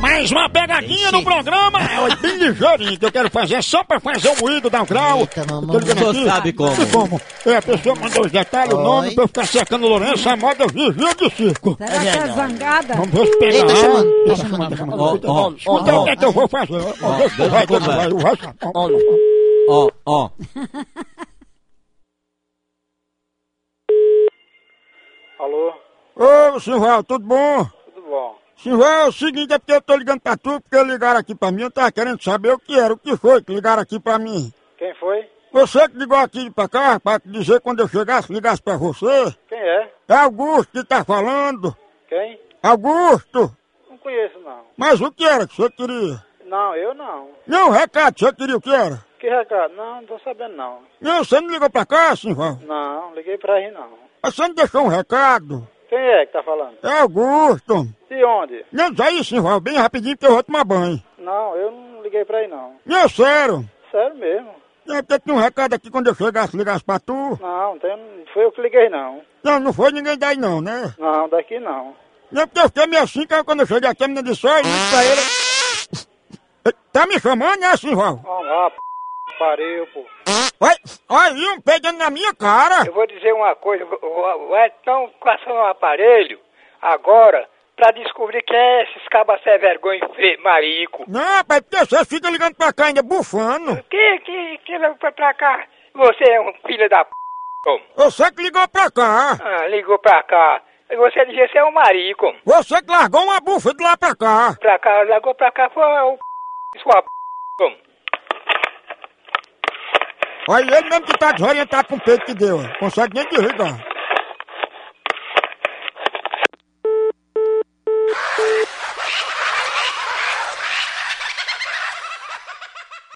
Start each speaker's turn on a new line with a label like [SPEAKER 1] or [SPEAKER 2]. [SPEAKER 1] mais uma pegadinha no programa. É olha, bem ligeirinho que eu quero fazer só pra fazer um moído, dar um grau.
[SPEAKER 2] Eita, mamãe.
[SPEAKER 1] Eu tô ligando
[SPEAKER 3] Só sabe como.
[SPEAKER 1] Sabe como? É, a pessoa mandou os detalhes, o nome
[SPEAKER 2] Oi.
[SPEAKER 1] pra eu ficar cercando o Lourenço, a moda vigia de circo.
[SPEAKER 4] Será que é zangada?
[SPEAKER 1] Vamos respeitar.
[SPEAKER 2] Ei, tá chamando, tá
[SPEAKER 1] Deixa
[SPEAKER 2] chamando.
[SPEAKER 1] eu chamar,
[SPEAKER 3] Ó,
[SPEAKER 1] deixa eu
[SPEAKER 3] ó,
[SPEAKER 1] chamar. Escuta
[SPEAKER 3] ó,
[SPEAKER 1] o que é que eu vou fazer. Ó, ó,
[SPEAKER 3] deixa
[SPEAKER 1] vai,
[SPEAKER 3] eu
[SPEAKER 1] vai,
[SPEAKER 3] conversar.
[SPEAKER 1] vai, vai, vai, ó, ó.
[SPEAKER 3] Ó, ó.
[SPEAKER 5] Alô,
[SPEAKER 1] Ô, Silval, tudo bom?
[SPEAKER 5] tudo bom?
[SPEAKER 1] Silval, é o seguinte, é porque eu tô ligando pra tu, porque ligaram aqui pra mim, eu tava querendo saber o que era, o que foi que ligaram aqui pra mim.
[SPEAKER 5] Quem foi?
[SPEAKER 1] Você que ligou aqui pra cá, pra dizer quando eu chegasse, ligasse pra você,
[SPEAKER 5] Quem é?
[SPEAKER 1] é Augusto que tá falando.
[SPEAKER 5] Quem?
[SPEAKER 1] Augusto,
[SPEAKER 5] Não conheço, não.
[SPEAKER 1] mas o que era que você queria?
[SPEAKER 5] Não, eu não.
[SPEAKER 1] Meu recado, você queria o que era?
[SPEAKER 5] Que recado? Não, não tô sabendo, não.
[SPEAKER 1] Não, você não ligou pra cá, Silval?
[SPEAKER 5] Não, liguei pra aí, não.
[SPEAKER 1] Mas Você não deixou um recado?
[SPEAKER 5] Quem é que tá falando?
[SPEAKER 1] É Augusto.
[SPEAKER 5] De onde?
[SPEAKER 1] Não, diz aí, Simval, bem rapidinho que eu vou tomar banho.
[SPEAKER 5] Não, eu não liguei pra aí, não.
[SPEAKER 1] Meu sério.
[SPEAKER 5] Sério mesmo?
[SPEAKER 1] É porque tinha um recado aqui quando eu chegasse, ligasse pra tu.
[SPEAKER 5] Não, não tem- não foi eu que liguei, não.
[SPEAKER 1] Não, não foi ninguém daí não, né?
[SPEAKER 5] Não, daqui não.
[SPEAKER 1] Não, porque eu fiquei meio assim, que aí quando eu cheguei aqui, a menina disse, olha, liga pra ele. Ei, Tá me chamando, né, Simval?
[SPEAKER 5] Vamos lá, p... pariu, pô.
[SPEAKER 1] Olha, olha aí, um pegando na minha cara.
[SPEAKER 5] Eu vou dizer uma coisa, o- o o Edson passando um aparelho agora pra descobrir quem é esses cabas sem vergonha e fe- marico.
[SPEAKER 1] Não, rapaz, porque você fica ligando pra cá ainda bufando.
[SPEAKER 5] Que, que, que levou pra- pra cá? Você é um filho da p. homem.
[SPEAKER 1] Você que ligou pra cá.
[SPEAKER 5] Ah, ligou pra cá. Você dizia que é um marico. homem.
[SPEAKER 1] Você que largou uma bufa de lá pra cá.
[SPEAKER 5] Pra cá, ligou pra cá, foi o p. Sua p. homem.
[SPEAKER 1] Olha, ele mesmo que tá desorientado com o peito que deu. ó. Consegue nem desligar.